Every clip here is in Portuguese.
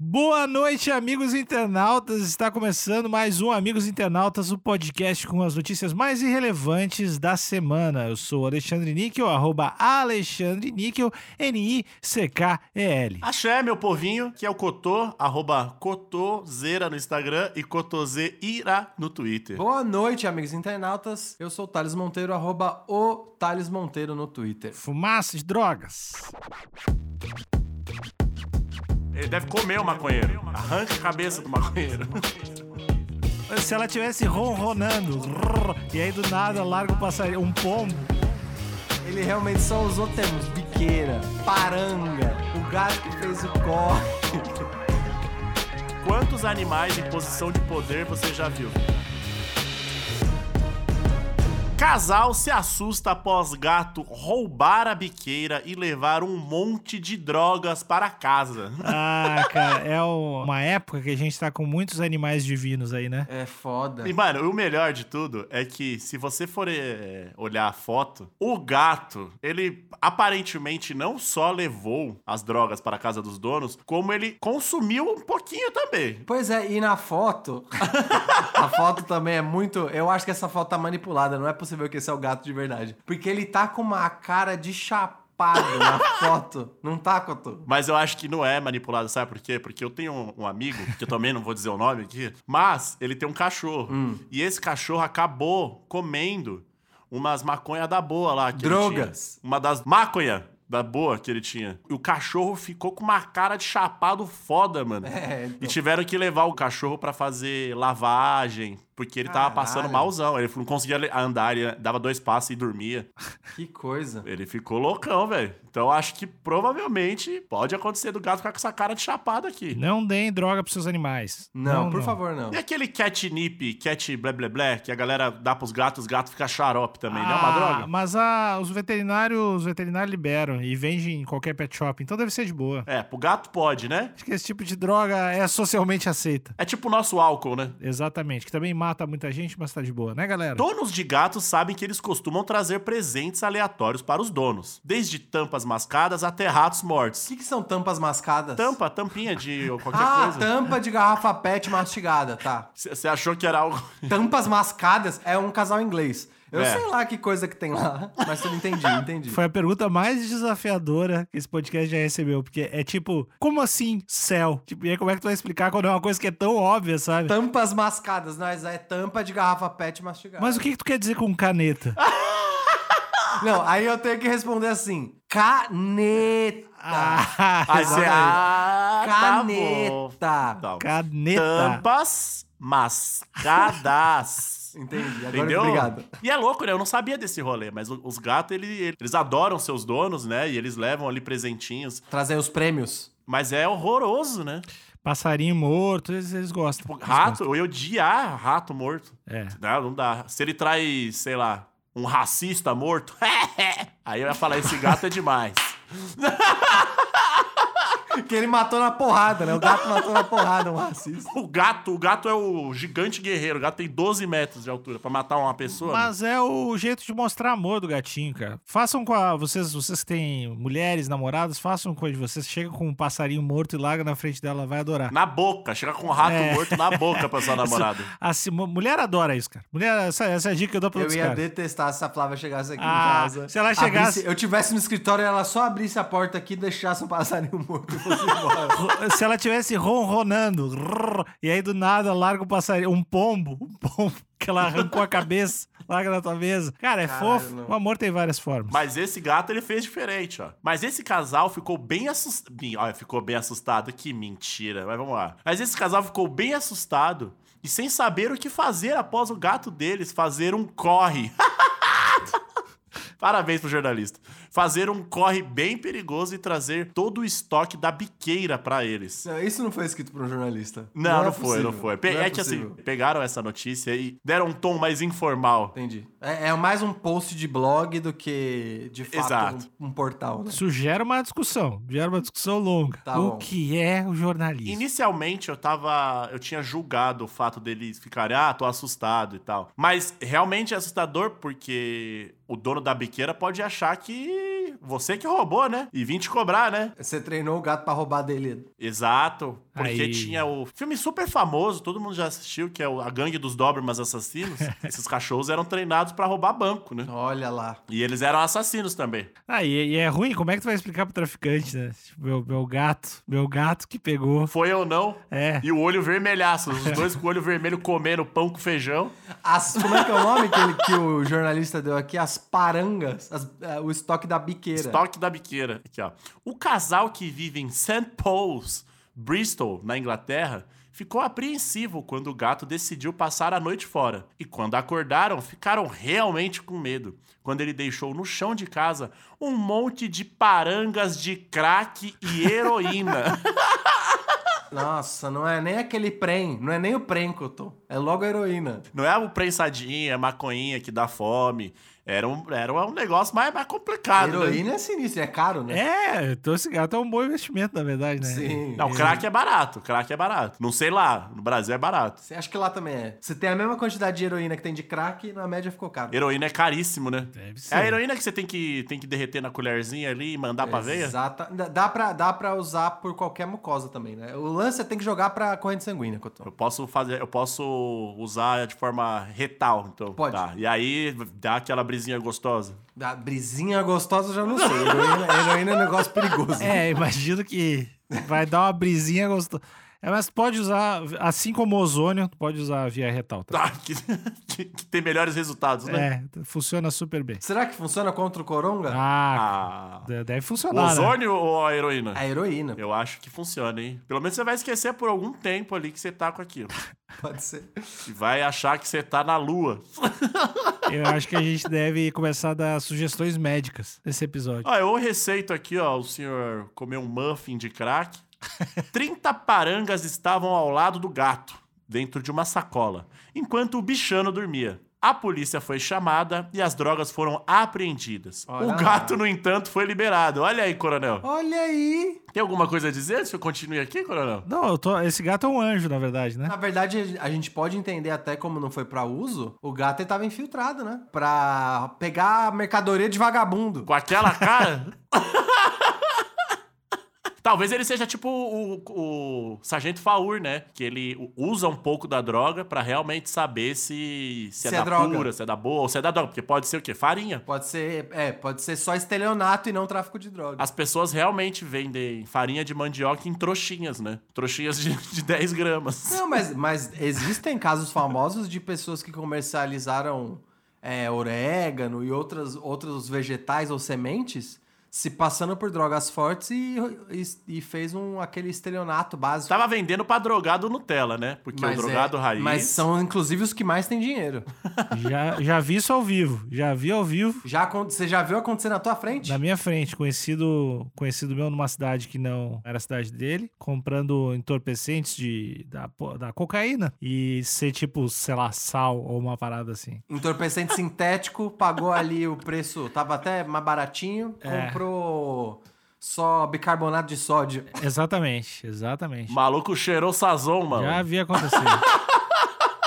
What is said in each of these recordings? Boa noite, amigos internautas. Está começando mais um Amigos Internautas, o podcast com as notícias mais irrelevantes da semana. Eu sou o Alexandre Níquel, arroba Alexandre Níquel, N-I-C-K-E-L. Axé, meu povinho, que é o Cotô, arroba Cotoseira no Instagram e Cotoseira no Twitter. Boa noite, amigos internautas. Eu sou o Thales Monteiro, arroba o Thales Monteiro no Twitter. Fumaças, drogas. Ele deve comer o maconheiro. Arranca a cabeça do maconheiro. Se ela tivesse ronronando, rrr, e aí do nada larga um, passarinho, um pombo. Ele realmente só usou termos biqueira, paranga, o gato que fez o corre. Quantos animais em posição de poder você já viu? Casal se assusta após gato roubar a biqueira e levar um monte de drogas para casa. Ah, cara, é o- uma época que a gente tá com muitos animais divinos aí, né? É foda. E, mano, o melhor de tudo é que se você for eh, olhar a foto, o gato, ele aparentemente não só levou as drogas para a casa dos donos, como ele consumiu um pouquinho também. Pois é, e na foto. a foto também é muito. Eu acho que essa foto tá manipulada. Não é possível que esse é o gato de verdade. Porque ele tá com uma cara de chapado na foto. Não tá, Cotô? Mas eu acho que não é manipulado, sabe por quê? Porque eu tenho um, um amigo, que eu também não vou dizer o nome aqui, mas ele tem um cachorro. Hum. E esse cachorro acabou comendo umas maconhas da boa lá. Que ele Drogas. tinha. Uma das maconha da boa que ele tinha. E o cachorro ficou com uma cara de chapado foda, mano. É, então. E tiveram que levar o cachorro pra fazer lavagem, porque ele tava Caralho. passando malzão. Ele não conseguia le- andar, ele dava dois passos e dormia. Que coisa. Ele ficou loucão, velho. Então acho que provavelmente pode acontecer do gato ficar com essa cara de chapado aqui. Não deem droga pros seus animais. Não, por favor, não. E aquele catnip, cat blé blé blé, que a galera dá pros gatos, os gatos ficam xarope também, não é uma Ah, droga? Mas ah, os veterinários os veterinários liberam e vendem em qualquer pet shop, então deve ser de boa. É, pro gato pode, né? Acho que esse tipo de droga é socialmente aceita. É tipo o nosso álcool, né? Exatamente, que também mata muita gente, mas tá de boa, né, galera? Donos de gatos sabem que eles costumam trazer presentes aleatórios para os donos, desde tampas mascadas até ratos O mortos. que, que são tampas mascadas? Tampa, tampinha de qualquer Ah, coisa. tampa de garrafa pet mastigada, tá. Você achou que era algo. Tampas mascadas é um casal inglês. Eu É. sei lá que coisa que tem lá, mas tudo entendi, entendi. Foi a pergunta mais desafiadora que esse podcast já recebeu, porque é tipo, como assim céu? Tipo, e aí como é que tu vai explicar quando é uma coisa que é tão óbvia, sabe? Tampas mascadas, mas é tampa de garrafa pet mastigada. Mas o que, que tu quer dizer com caneta? Não, aí eu tenho que responder assim: caneta. Ah, Ah, exatamente. cê- ah, tá bom. caneta. Tá bom. caneta. Tampas mascadas. entendi, agora Entendeu? obrigado. E é louco, né? Eu não sabia desse rolê, mas o- os gatos, ele- eles adoram seus donos, né? E eles levam ali presentinhos. Trazer os prêmios. Mas é horroroso, né? Passarinho morto, eles, eles gostam. Tipo, Eles rato, eu ia odiar rato morto. gostam. É. Não, não dá. Se ele traz, sei lá, um racista morto, aí eu ia falar, esse gato é demais. Que ele matou na porrada, né? O gato matou na porrada, um racista. O gato, o gato é o gigante guerreiro. O gato tem 12 metros de altura pra matar uma pessoa. mano. Mas é o jeito de mostrar amor do gatinho, cara. Façam com a. Vocês, vocês que têm mulheres, namoradas, façam com a de vocês. Chega com um passarinho morto e larga na frente dela, ela vai adorar. Na boca, chega com um rato É. morto na boca pra sua namorada. Assim, mu- mulher adora isso, cara. Mulher, essa, essa é a dica que eu dou pra Eu todos ia os caras. detestar se a Flávia chegasse aqui Ah, em casa. se ela chegasse- abrisse- eu tivesse no escritório e ela só abrisse a porta aqui e deixasse um passarinho morto e fosse embora. Ro- Se ela tivesse ronronando, rrr, e aí do nada larga um passarinho, um pombo, um pombo, que ela arrancou a cabeça, larga na tua mesa. Cara, é Caralho, fofo. não. O amor tem várias formas. Mas esse gato ele fez diferente, ó. Mas esse casal ficou bem assustado. Olha, ficou bem assustado. Que mentira. Mas vamos lá. Mas esse casal ficou bem assustado e sem saber o que fazer após o gato deles fazer um corre. Parabéns pro jornalista. Fazer um corre bem perigoso e trazer todo o estoque da biqueira pra eles. Não, Isso não foi escrito por um jornalista. Não, não, é foi, possível. não foi. Pe- Não é que assim, possível. pegaram essa notícia e deram um tom mais informal. Entendi. É, é mais um post de blog do que, de fato, Exato. Um, um portal. Né? Isso gera uma discussão, gera uma discussão longa. Tá o bom. que é o jornalismo? Inicialmente eu tava. Eu tinha julgado o fato deles ficarem, ah, tô assustado e tal. Mas realmente é assustador porque o dono da biqueira pode achar que você que roubou, né? E vim te cobrar, né? Você treinou o gato pra roubar dele. Exato. Porque Aí. tinha o filme super famoso, todo mundo já assistiu, que é o A Gangue dos Dobermans Assassinos. Esses cachorros eram treinados pra roubar banco, né? Olha lá. E eles eram assassinos também. Ah, e, e é ruim? Como é que tu vai explicar pro traficante, né? Tipo, meu, meu gato, meu gato que pegou. Foi ou não? É. E o olho vermelhaço, os dois com o olho vermelho comendo pão com feijão. As, como é que é o nome que, ele- que o jornalista deu aqui? As parangas. As- é, o estoque da biqueira. Estoque da biqueira. Aqui, ó. O casal que vive em St. Paul's, Bristol, na Inglaterra, ficou apreensivo quando o gato decidiu passar a noite fora. E quando acordaram, ficaram realmente com medo. Quando ele deixou no chão de casa um monte de parangas de crack e heroína. Nossa, não é nem aquele prem. Não é nem o prem, Cotô. É logo a heroína. Não é o prensadinho, é maconhinha que dá fome. Era um, era um negócio mais, mais complicado. né? heroína é sinistro, é caro, né? É, então esse gato é um bom investimento, na verdade, né? Sim. Não, crack é barato, crack é barato. Não sei lá, no Brasil é barato. Você acha que lá também é? Você tem a mesma quantidade de heroína que tem de crack, na média ficou caro. Heroína é caríssimo, né? Deve ser. É a heroína que você tem que, tem que derreter na colherzinha ali e mandar pra veia? Exata. Dá- Dá pra, dá pra usar por qualquer mucosa também, né? O lance é tem que jogar pra corrente sanguínea, Cotô. Eu posso fazer, eu posso usar de forma retal, então. Pode. Tá. E aí dá aquela brisinha gostosa. Da brisinha gostosa eu já não sei. Heroína, heroína é um negócio perigoso. É, imagino que vai dar uma brisinha gostosa. É, mas pode usar, assim como o ozônio, tu pode usar via retal. Tá? Tá, que, que- que tem melhores resultados, né? É, funciona super bem. Será que funciona contra o coronga? Ah, Ah, de- deve o funcionar. né? ozônio ou a heroína? A heroína, Eu acho que funciona, hein? Pelo menos você vai esquecer por algum tempo ali que você tá com aquilo. pode ser. E vai achar que você tá na lua. Eu acho que a gente deve começar a dar sugestões médicas nesse episódio. Ó, eu receito aqui, ó, o senhor comeu um muffin de crack. 30 parangas estavam ao lado do gato, dentro de uma sacola, enquanto o bichano dormia. A polícia foi chamada e as drogas foram apreendidas. Olha o lá. gato, no entanto, foi liberado. Olha aí, coronel. Olha aí! Tem alguma coisa a dizer se eu continue aqui, coronel? Não, eu tô- esse gato é um anjo, na verdade, né? Na verdade, a gente pode entender até como não foi pra uso, o gato ele tava infiltrado, né? Pra pegar mercadoria de vagabundo. Com aquela cara. Talvez ele seja tipo o, o Sargento Faur, né? Que ele usa um pouco da droga pra realmente saber se, se, é, Se é da droga. pura, se é da boa, ou se é da droga. Porque pode ser o quê? Farinha. Pode ser, é, pode ser só estelionato e não tráfico de drogas. As pessoas realmente vendem farinha de mandioca em trouxinhas, né? Trouxinhas de, de 10 gramas. Não, mas, mas existem casos famosos de pessoas que comercializaram é, orégano e outras, outros vegetais ou sementes se passando por drogas fortes e, e, e fez um, aquele estelionato básico. Tava vendendo pra drogado Nutella, né? Porque o Mas é- drogado raiz... Mas são, inclusive, os que mais têm dinheiro. Ah. Já, já vi isso ao vivo. Já vi ao vivo Já, acon- você já viu acontecer na tua frente? na minha frente. Conhecido, conhecido meu numa cidade que não era a cidade dele, comprando entorpecentes de, da, po- da cocaína. E ser tipo, sei lá, sal ou uma parada assim. Entorpecente sintético, pagou ali o preço, tava até mais baratinho, É. comprou só bicarbonato de sódio. Exatamente, exatamente. Maluco cheirou sazon, mano. Já havia acontecido.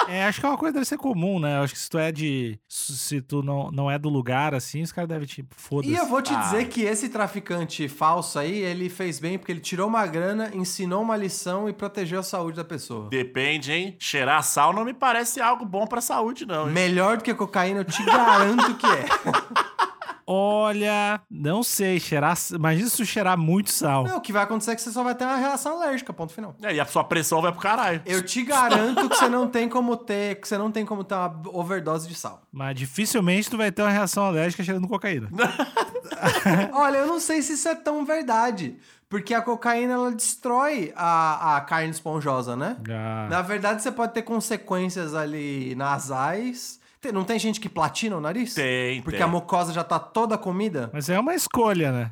É, acho que é uma coisa que deve ser comum, né? Acho que se tu é de. Se tu não, não é do lugar, assim, os caras devem, tipo, foda-se. E eu vou te Ah. dizer que esse traficante falso aí, ele fez bem porque ele tirou uma grana, ensinou uma lição e protegeu a saúde da pessoa. Depende, hein? Cheirar sal não me parece algo bom pra saúde, não. hein? Melhor do que cocaína, eu te garanto que é. Olha, não sei, cheirar. Imagina se tu cheirar muito sal. Não, o que vai acontecer é que você só vai ter uma reação alérgica, ponto final. É, e a sua pressão vai pro caralho. Eu te garanto que você não tem como ter, que você não tem como ter uma overdose de sal. Mas dificilmente tu vai ter uma reação alérgica cheirando cocaína. Olha, eu não sei se isso é tão verdade. Porque a cocaína, ela destrói a, a carne esponjosa, né? Ah, Na verdade, você pode ter consequências ali nasais. Tem- não tem gente que platina o nariz? Tem, Porque tem. a mucosa já tá toda comida? Mas é uma escolha, né?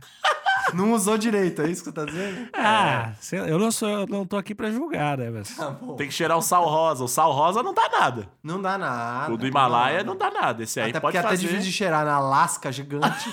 Não usou direito, é isso que você tá dizendo? Ah, sei lá, eu não sou, eu não tô aqui pra julgar, né? Mas... Tá bom. Tem que cheirar o sal rosa. O sal rosa não dá nada. Não dá nada. o do Himalaia não dá nada. Esse aí Até pode porque é até fazer. difícil de cheirar na Alasca gigante.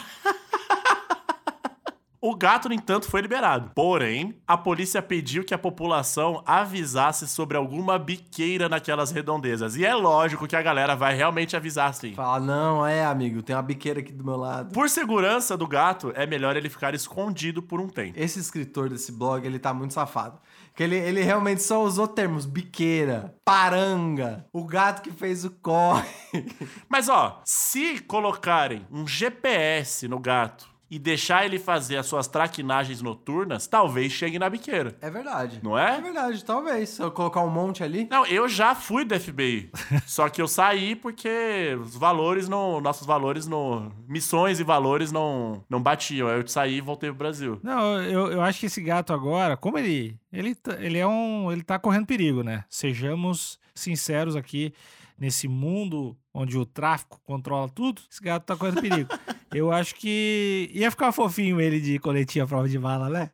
O gato, no entanto, foi liberado. Porém, a polícia pediu que a população avisasse sobre alguma biqueira naquelas redondezas. E é lógico que a galera vai realmente avisar sim. Fala, não, é, amigo, tem uma biqueira aqui do meu lado. Por segurança do gato, é melhor ele ficar escondido por um tempo. Esse escritor desse blog, ele tá muito safado. Que ele, ele realmente só usou termos biqueira, paranga, o gato que fez o corre. Mas ó, se colocarem um GPS no gato e deixar ele fazer as suas traquinagens noturnas, talvez chegue na biqueira. É verdade. Não é? É verdade, talvez. Se eu colocar um monte ali. Não, eu já fui do FBI. só que eu saí porque os valores não. Nossos valores não. Missões e valores não, não batiam. Aí eu saí e voltei pro Brasil. Não, eu, eu acho que esse gato agora, como ele, ele, tá- ele é um, ele tá correndo perigo, né? Sejamos sinceros aqui nesse mundo onde o tráfico controla tudo, esse gato tá correndo perigo. Eu acho que ia ficar fofinho ele de coletinha à prova de bala, né?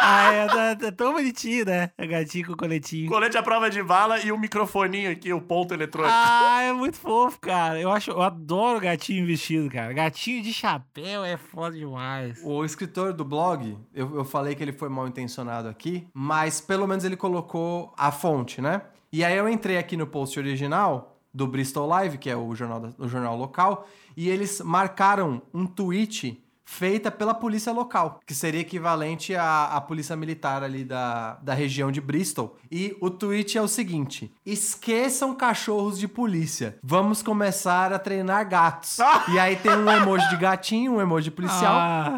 ah, é, tá- tá tão bonitinho, né? É Gatinho com coletinho. Colete à prova de bala e o microfoninho aqui, o ponto eletrônico. Ah, é muito fofo, cara. Eu acho, eu adoro gatinho vestido, cara. Gatinho de chapéu é foda demais. O escritor do blog, eu, eu falei que ele foi mal intencionado aqui, mas pelo menos ele colocou a fonte, né? E aí eu entrei aqui no post original do Bristol Live, que é o jornal, da- o jornal local, e eles marcaram um tweet feita pela polícia local, que seria equivalente à, à polícia militar ali da, da região de Bristol. E o tweet é o seguinte: esqueçam cachorros de polícia, vamos começar a treinar gatos. e aí tem um emoji de gatinho, um emoji policial. Ah.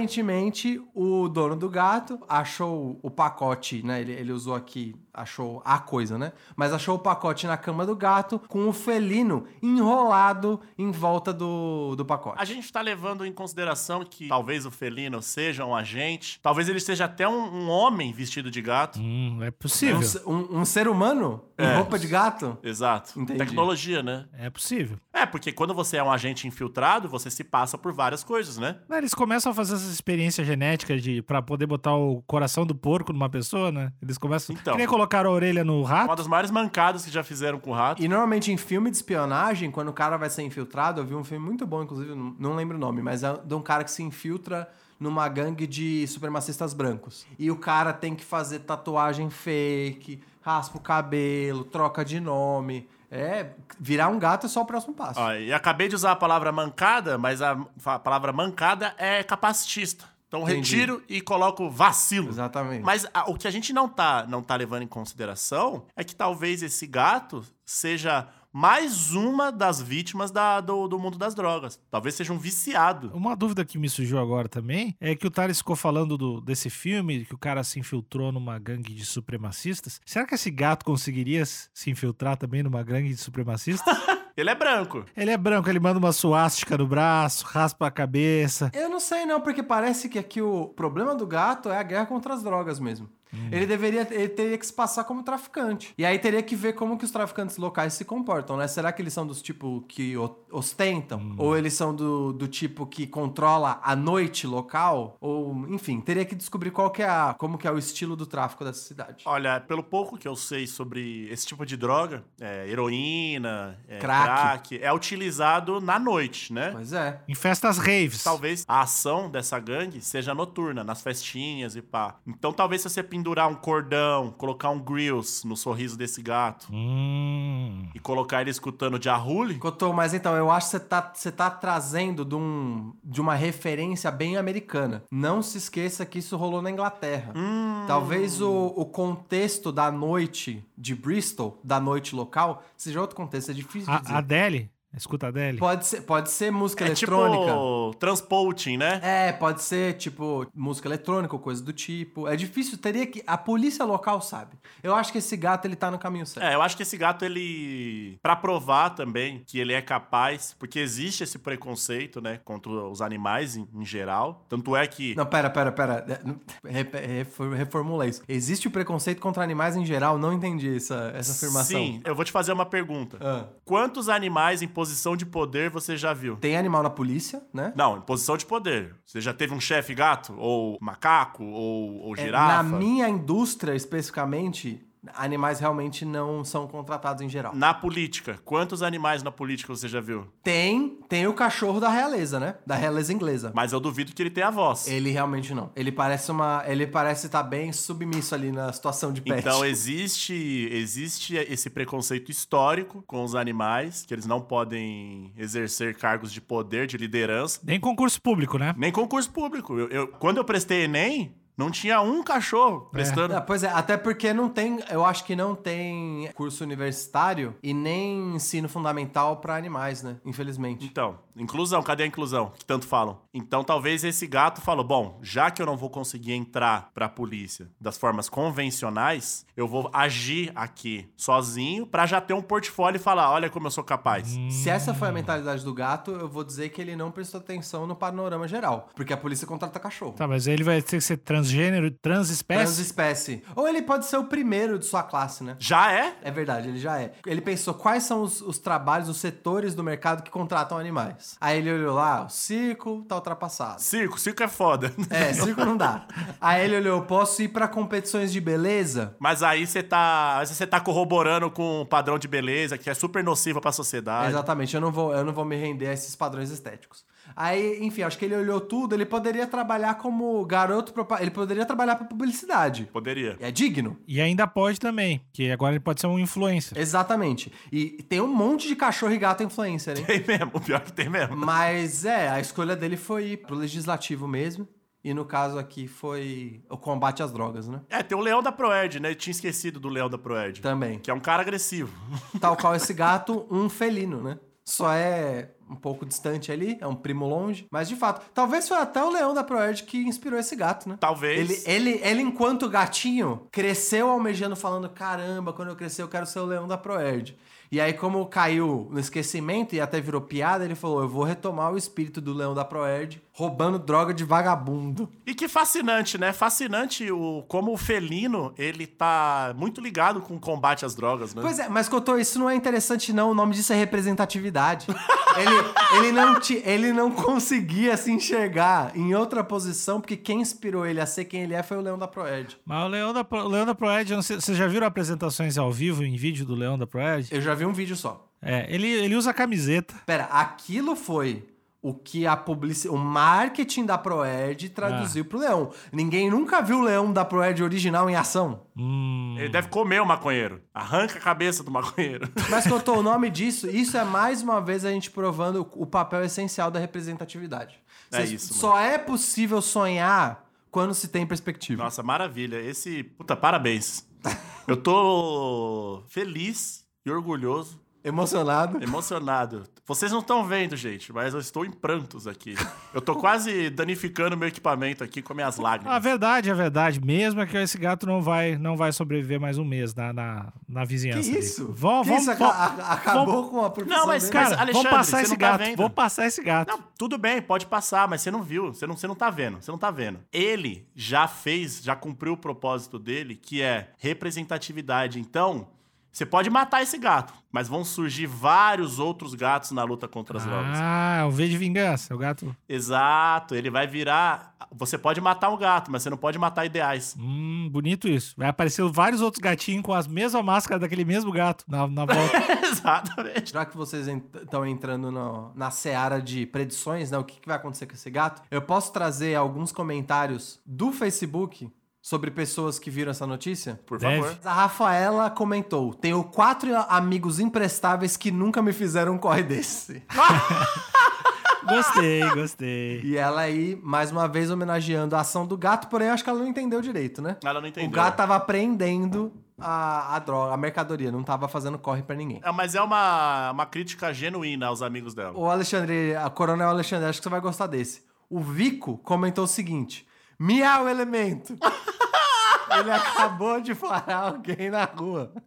Aparentemente, o dono do gato achou o pacote, né? Ele, ele usou aqui, achou a coisa, né? Mas achou o pacote na cama do gato com o felino enrolado em volta do, do pacote. A gente tá levando em consideração que talvez o felino seja um agente, talvez ele seja até um, um homem vestido de gato. Hum, é Um, possível. se- um- um ser humano É. em roupa de gato? Exato. Entendi. Tecnologia, né? É possível. É, porque quando você é um agente infiltrado, você se passa por várias coisas, né? Não, eles começam a fazer essas experiências genéticas de para poder botar o coração do porco numa pessoa, né? Eles começam. Então. Que nem colocaram a orelha no rato. Uma das maiores mancadas que já fizeram com o rato. E normalmente em filme de espionagem, quando o cara vai ser infiltrado, eu vi um filme muito bom, inclusive, não- não lembro o nome, mas é de um cara que se infiltra numa gangue de supremacistas brancos. E o cara tem que fazer tatuagem fake, raspa o cabelo, troca de nome. É, virar um gato é só o próximo passo. Ó, e acabei de usar a palavra mancada, mas a, a palavra mancada é capacitista. Então Entendi. retiro e coloco vacilo. Exatamente. Mas a- o que a gente não tá, não tá levando em consideração é que talvez esse gato seja mais uma das vítimas da- do, do mundo das drogas. Talvez seja um viciado. Uma dúvida que me surgiu agora também é que o Thales ficou falando do- desse filme, que o cara se infiltrou numa gangue de supremacistas. Será que esse gato conseguiria s- se infiltrar também numa gangue de supremacistas? Ele é branco. ele é branco, ele manda uma suástica no braço, raspa a cabeça. Eu não sei não, porque parece que aqui o problema do gato é a guerra contra as drogas mesmo. Ele deveria, ele teria que se passar como traficante. E aí teria que ver como que os traficantes locais se comportam, né? Será que eles são dos tipo que o- ostentam? Ou eles são do, do tipo que controla a noite local? Ou, enfim, teria que descobrir qual que é a, como que é o estilo do tráfico dessa cidade. Olha, pelo pouco que eu sei sobre esse tipo de droga, é, heroína, é, Crack. crack, é utilizado na noite, né? Pois é. Em festas raves. Talvez a ação dessa gangue seja noturna, nas festinhas e pá. Então talvez se você pendurar um cordão, colocar um grills no sorriso desse gato Hum. e colocar ele escutando Jahuli, Cotô, mas então, eu acho que você tá, você tá trazendo de, um, de uma referência bem americana. Não se esqueça que isso rolou na Inglaterra. Talvez o, o contexto da noite de Bristol, da noite local, seja outro contexto, é difícil de dizer. A Adele? Escuta a Adele? Pode, ser, pode ser música é eletrônica. tipo transporting, né? É, pode ser, tipo, música eletrônica ou coisa do tipo. É difícil, teria que... A polícia local sabe. Eu acho que esse gato, ele tá no caminho certo. É, eu acho que esse gato, ele. Pra provar também que ele é capaz, porque existe esse preconceito, né? Contra os animais em, em geral. Tanto é que. Não, pera, pera, pera. É, não, repe- refor- Reformula isso. Existe o preconceito contra animais em geral? Não entendi essa, essa afirmação. Sim, eu vou te fazer uma pergunta. Ah, Quantos animais em posição de poder você já viu? tem animal na polícia, né? Não, em posição de poder. Você já teve um chefe gato? Ou macaco? Ou, ou É, girafa? Na minha indústria, especificamente, animais realmente não são contratados em geral. Na política, quantos animais na política você já viu? Tem, tem o cachorro da realeza, né? Da realeza inglesa. Mas eu duvido que ele tenha voz. Ele é realmente não. Ele parece uma, ele parece estar bem submisso ali na situação de pet. Então existe, existe esse preconceito histórico com os animais, que eles não podem exercer cargos de poder, de liderança, Nem concurso público, né? nem concurso público. Eu, eu- quando eu prestei Enem, não tinha um cachorro prestando. Ah, pois é, até porque não tem, eu acho que não tem curso universitário e nem ensino fundamental pra animais, né? Infelizmente. Então, inclusão, cadê a inclusão? Que tanto falam. Então, talvez esse gato falou: bom, já que eu não vou conseguir entrar pra polícia das formas convencionais, eu vou agir aqui sozinho pra já ter um portfólio e falar: olha como eu sou capaz. Se essa foi a mentalidade do gato, eu vou dizer que ele não prestou atenção no panorama geral, porque a polícia contrata cachorro. Tá, mas aí ele vai ter que ser transgênero, transespécie. Transespécie. Ou ele pode ser o primeiro de sua classe, né? Já é? É verdade, ele já é. Ele pensou quais são os, os trabalhos, os setores do mercado que contratam animais. Aí ele olhou lá, o circo tá ultrapassado. Circo, circo é foda. É, circo não dá. Aí ele olhou, posso ir pra competições de beleza? Mas aí você tá. às vezes Você tá corroborando com o padrão de beleza, que é super nociva pra sociedade. Exatamente, eu não vou, eu não vou me render a esses padrões estéticos. Aí, enfim, acho que ele olhou tudo, ele poderia trabalhar como garoto, propa- ele poderia trabalhar pra publicidade. Poderia. É digno. E ainda pode também, que agora ele pode ser um É. influencer. Exatamente. E tem um monte de cachorro e gato influencer, hein? Tem mesmo, o pior que tem mesmo. Mas é, a escolha dele foi ir pro legislativo mesmo. E no caso aqui foi o combate às drogas, né? É, tem o Leão da Proerd, né? Eu tinha esquecido do Leão da Proerd. Também. Que é um cara agressivo. Tal qual esse gato, um felino, né? Só é um pouco distante ali, é um primo longe. Mas de fato, talvez foi até o leão da Proerd que inspirou esse gato, né? Ele, Talvez. ele, ele, enquanto gatinho, cresceu almejando, falando: caramba, quando eu crescer eu quero ser o leão da Proerd. E aí, como caiu no esquecimento e até virou piada, ele falou: eu vou retomar o espírito do leão da Proerd roubando droga de vagabundo. E que fascinante, né? Fascinante o, como o felino, ele tá muito ligado com o combate às drogas, né? Pois é, mas Cotô, isso não é interessante, não. O nome disso é representatividade. ele, ele, não ti- ele não conseguia se enxergar em outra posição, porque quem inspirou ele a ser quem ele é foi o leão da Proerd. Mas o Leão da, Pro- o Leão da Proed, eu não sei- vocês já viram apresentações ao vivo em vídeo do Leão da Proed? Eu já vi um vídeo só. É, ele, ele usa camiseta. Pera, aquilo foi o que a publici... o marketing da Proerd traduziu pro leão. Ninguém nunca viu o leão da Proerd original em ação. Hum, Ele deve comer o maconheiro. Arranca a cabeça do maconheiro. Mas contou o nome disso, isso é mais uma vez a gente provando o papel essencial da representatividade. É Cês- isso, mano. Só é possível sonhar quando se tem perspectiva. Nossa, maravilha. Esse. Puta, parabéns. Eu tô feliz e orgulhoso, Emocionado. emocionado. Vocês não estão vendo, gente, mas eu estou em prantos aqui. Eu tô quase danificando meu equipamento aqui com minhas A lágrimas. Ah, é verdade, a verdade mesmo é que esse gato não vai, não vai sobreviver mais um mês na, na, na Que vizinhança. ali. isso? Vão, que vão, isso? vão- Aca- a- acabou vão- com a profissão Não, mas, dele? Cara, Alexandre, vamos passar você esse não tá gato. vendo. vou passar esse gato. Não, tudo bem, pode passar, mas você não viu, você não, você não tá vendo, você não tá vendo. Ele já fez, já cumpriu o propósito dele, que é representatividade. Então, você pode matar esse gato, mas vão surgir vários outros gatos na luta contra as drogas. ah, é um V de vingança. O gato. Exato, ele vai virar. Você pode matar um gato, mas você não pode matar ideais. Hum, bonito isso. Vai aparecer vários outros gatinhos com as mesmas máscaras daquele mesmo gato na, na volta. Exatamente. Já que vocês estão entrando no- na seara de predições, né? O que, que vai acontecer com esse gato? Eu posso trazer alguns comentários do Facebook sobre pessoas que viram essa notícia? Por Deve. favor. A Rafaela comentou: Tenho quatro amigos imprestáveis que nunca me fizeram um corre desse. gostei, gostei. E ela aí, mais uma vez, homenageando a ação do gato, porém, eu acho que ela não entendeu direito, né? Ela não entendeu. O gato tava apreendendo a, a droga, a mercadoria, não tava fazendo corre pra ninguém. É, mas é uma, uma crítica genuína aos amigos dela. O Alexandre, a Coronel Alexandre, acho que você vai gostar desse. O Vico comentou o seguinte: Miau, elemento! Ele acabou de parar alguém na rua.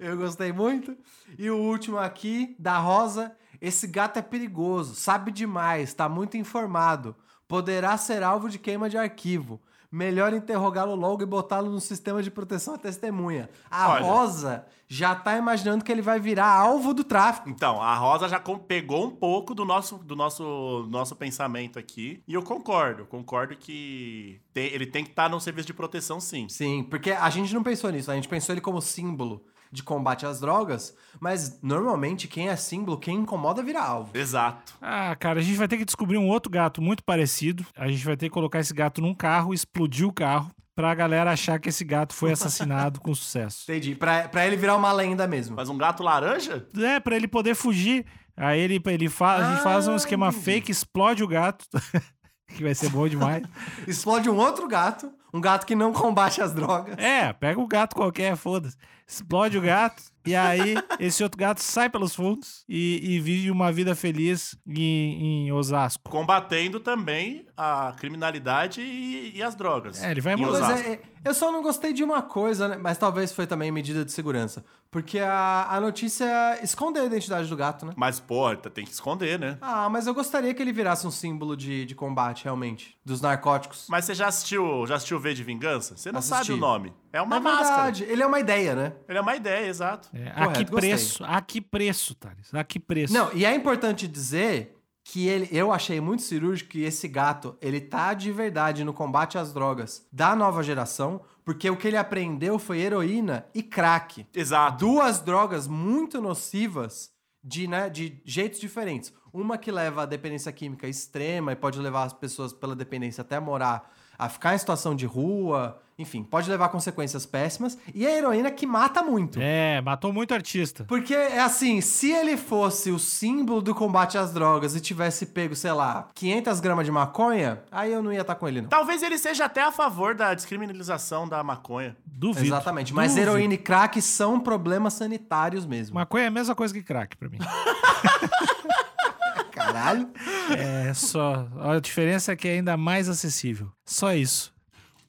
Eu gostei muito. E o último aqui, da Rosa. Esse gato é perigoso, sabe demais, tá muito informado. Poderá ser alvo de queima de arquivo. melhor interrogá-lo logo e botá-lo no sistema de proteção à testemunha. A Olha. Rosa já tá imaginando que ele vai virar alvo do tráfico. Então, a Rosa já com- pegou um pouco do nosso, do nosso, nosso pensamento aqui. E eu concordo. Concordo que tem- ele tem que estar num serviço de proteção, sim. Sim, porque a gente não pensou nisso, a gente pensou ele como símbolo de combate às drogas, mas normalmente quem é símbolo, quem incomoda vira alvo. Exato. Ah, cara, a gente vai ter que descobrir um outro gato muito parecido. A gente vai ter que colocar esse gato num carro, explodir o carro, pra galera achar que esse gato foi assassinado com sucesso. Entendi. Pra, pra ele virar uma lenda mesmo. Mas um gato laranja? É, pra ele poder fugir. Aí ele, ele faz, a gente faz um Ah, esquema entendi. fake, explode o gato, que vai ser bom demais. Explode um outro gato, um gato que não combate as drogas. É, pega um gato qualquer, foda-se. Explode o gato, e aí esse outro gato sai pelos fundos e, e vive uma vida feliz em, em Osasco. Combatendo também a criminalidade e, e as drogas. É, ele vai Em mudar. Osasco. Pois é, eu só não gostei de uma coisa, né? mas talvez foi também medida de segurança. Porque a, a notícia escondeu a identidade do gato, né? Mas, porra, tem que esconder, né? Ah, mas eu gostaria que ele virasse um símbolo de, de combate, realmente. Dos narcóticos. Mas você já assistiu, já assistiu V de Vingança? Você não Assisti. sabe o nome. É uma é máscara. verdade, ele é uma ideia, né? Ele é uma ideia, exato. É, a Correto, que gostei. preço? A que preço, Thales? A que preço? Não, e é importante dizer que ele, eu achei muito cirúrgico que esse gato, ele tá de verdade no combate às drogas da nova geração, porque o que ele aprendeu foi heroína e crack. Exato. Duas drogas muito nocivas de, né, de jeitos diferentes. Uma que leva à dependência química extrema e pode levar as pessoas pela dependência até morar a ficar em situação de rua, enfim, pode levar a consequências péssimas. E é a heroína que mata muito. É, matou muito artista. Porque é assim, se ele fosse o símbolo do combate às drogas e tivesse pego, sei lá, 500 gramas de maconha, aí eu não ia estar com ele, não. Talvez ele seja até a favor da descriminalização da maconha. Duvido. Exatamente. Mas Duvido. heroína e crack são problemas sanitários mesmo. Maconha é a mesma coisa que crack pra mim. Caralho. É só. A diferença é que é ainda mais acessível. Só isso.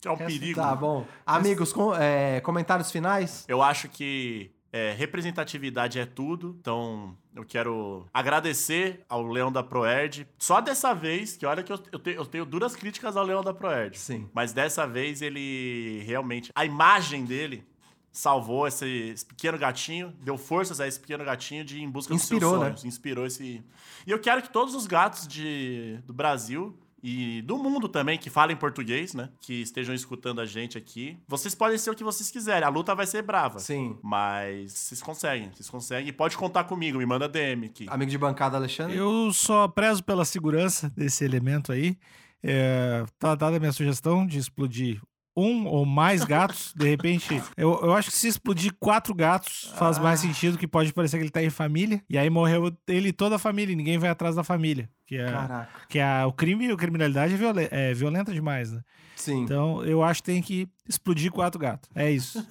Que é um perigo. Tá bom. Amigos, com- é, comentários finais? Eu acho que é, representatividade é tudo. Então, eu quero agradecer ao Leão da Proerd. Só dessa vez, que olha que eu, eu te- eu tenho duras críticas ao Leão da Proerd. Sim. Mas dessa vez ele realmente. A imagem dele salvou esse, esse pequeno gatinho, deu forças a esse pequeno gatinho de ir em busca dos Inspirou, seus né? sonhos. Inspirou esse. E eu quero que todos os gatos de, do Brasil. E do mundo também, que falem português, né? Que estejam escutando a gente aqui. Vocês podem ser o que vocês quiserem. A luta vai ser brava. Sim. Mas vocês conseguem, vocês conseguem. E pode contar comigo, me manda DM aqui. Amigo de bancada, Alexandre? Eu só prezo pela segurança desse elemento aí. É, tá dada a minha sugestão de explodir um ou mais gatos. De repente, eu, eu acho que se explodir quatro gatos faz mais sentido, que pode parecer que ele tá em família. E aí morreu ele e toda a família, e ninguém vai atrás da família. Que é, Caraca. que é o crime e a criminalidade é, violen- é violenta demais, né? Sim. Então eu acho que tem que explodir quatro gatos. É isso.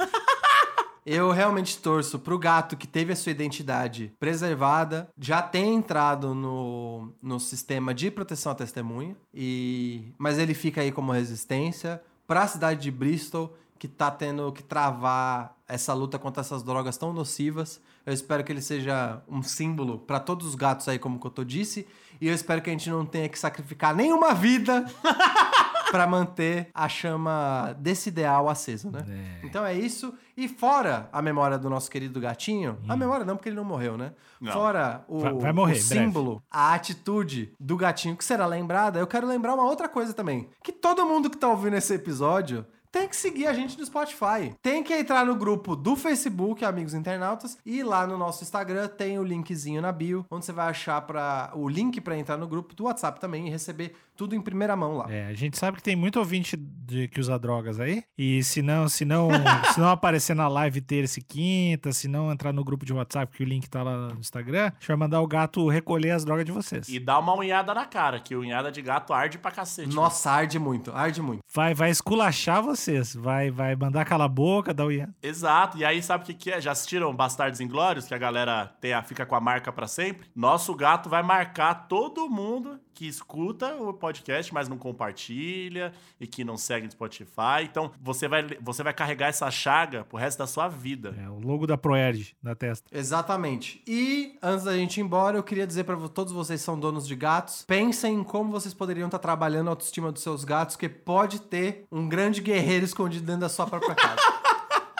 Eu realmente torço pro gato que teve a sua identidade preservada, já tem entrado no, no sistema de proteção à testemunha, e mas ele fica aí como resistência pra cidade de Bristol, que tá tendo que travar essa luta contra essas drogas tão nocivas. Eu espero que ele seja um símbolo pra todos os gatos aí, como o Cotô disse, e eu espero que a gente não tenha que sacrificar nenhuma vida pra manter a chama desse ideal acesa, né? Então é isso. E fora a memória do nosso querido gatinho, a memória não, porque ele não morreu, né? Não. Fora o, Hum. Vai- vai morrer, o em breve. símbolo, a atitude do gatinho que será lembrada, eu quero lembrar uma outra coisa também. Que todo mundo que tá ouvindo esse episódio. Tem que seguir a gente no Spotify. Tem que entrar no grupo do Facebook, Amigos Internautas, e lá no nosso Instagram tem o linkzinho na bio, onde você vai achar pra, o link pra entrar no grupo do WhatsApp também e receber tudo em primeira mão lá. É, a gente sabe que tem muito ouvinte de- que usa drogas aí. E se não, se não, se não aparecer na live terça e quinta, se não entrar no grupo de WhatsApp, que o link tá lá no Instagram, a gente vai mandar o gato recolher as drogas de vocês. E dá uma unhada na cara, que unhada de gato arde pra cacete. né? Nossa, arde muito, arde muito. Vai, vai esculachar vocês. Vai, vai mandar calar a boca, dar o ia. Exato. E aí, sabe o que, que é? Já assistiram Bastardos Inglórios, que a galera tem a, fica com a marca pra sempre? Nosso gato vai marcar todo mundo que escuta o podcast, mas não compartilha e que não segue no Spotify. Então, você vai, você vai carregar essa chaga pro resto da sua vida. É, o logo da Proerd na testa. Exatamente. E antes da gente ir embora, eu queria dizer para todos vocês que são donos de gatos, pensem em como vocês poderiam estar trabalhando a autoestima dos seus gatos, que pode ter um grande É. guerreiro escondido dentro da sua própria casa.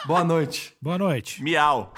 Boa noite. Boa noite. Miau!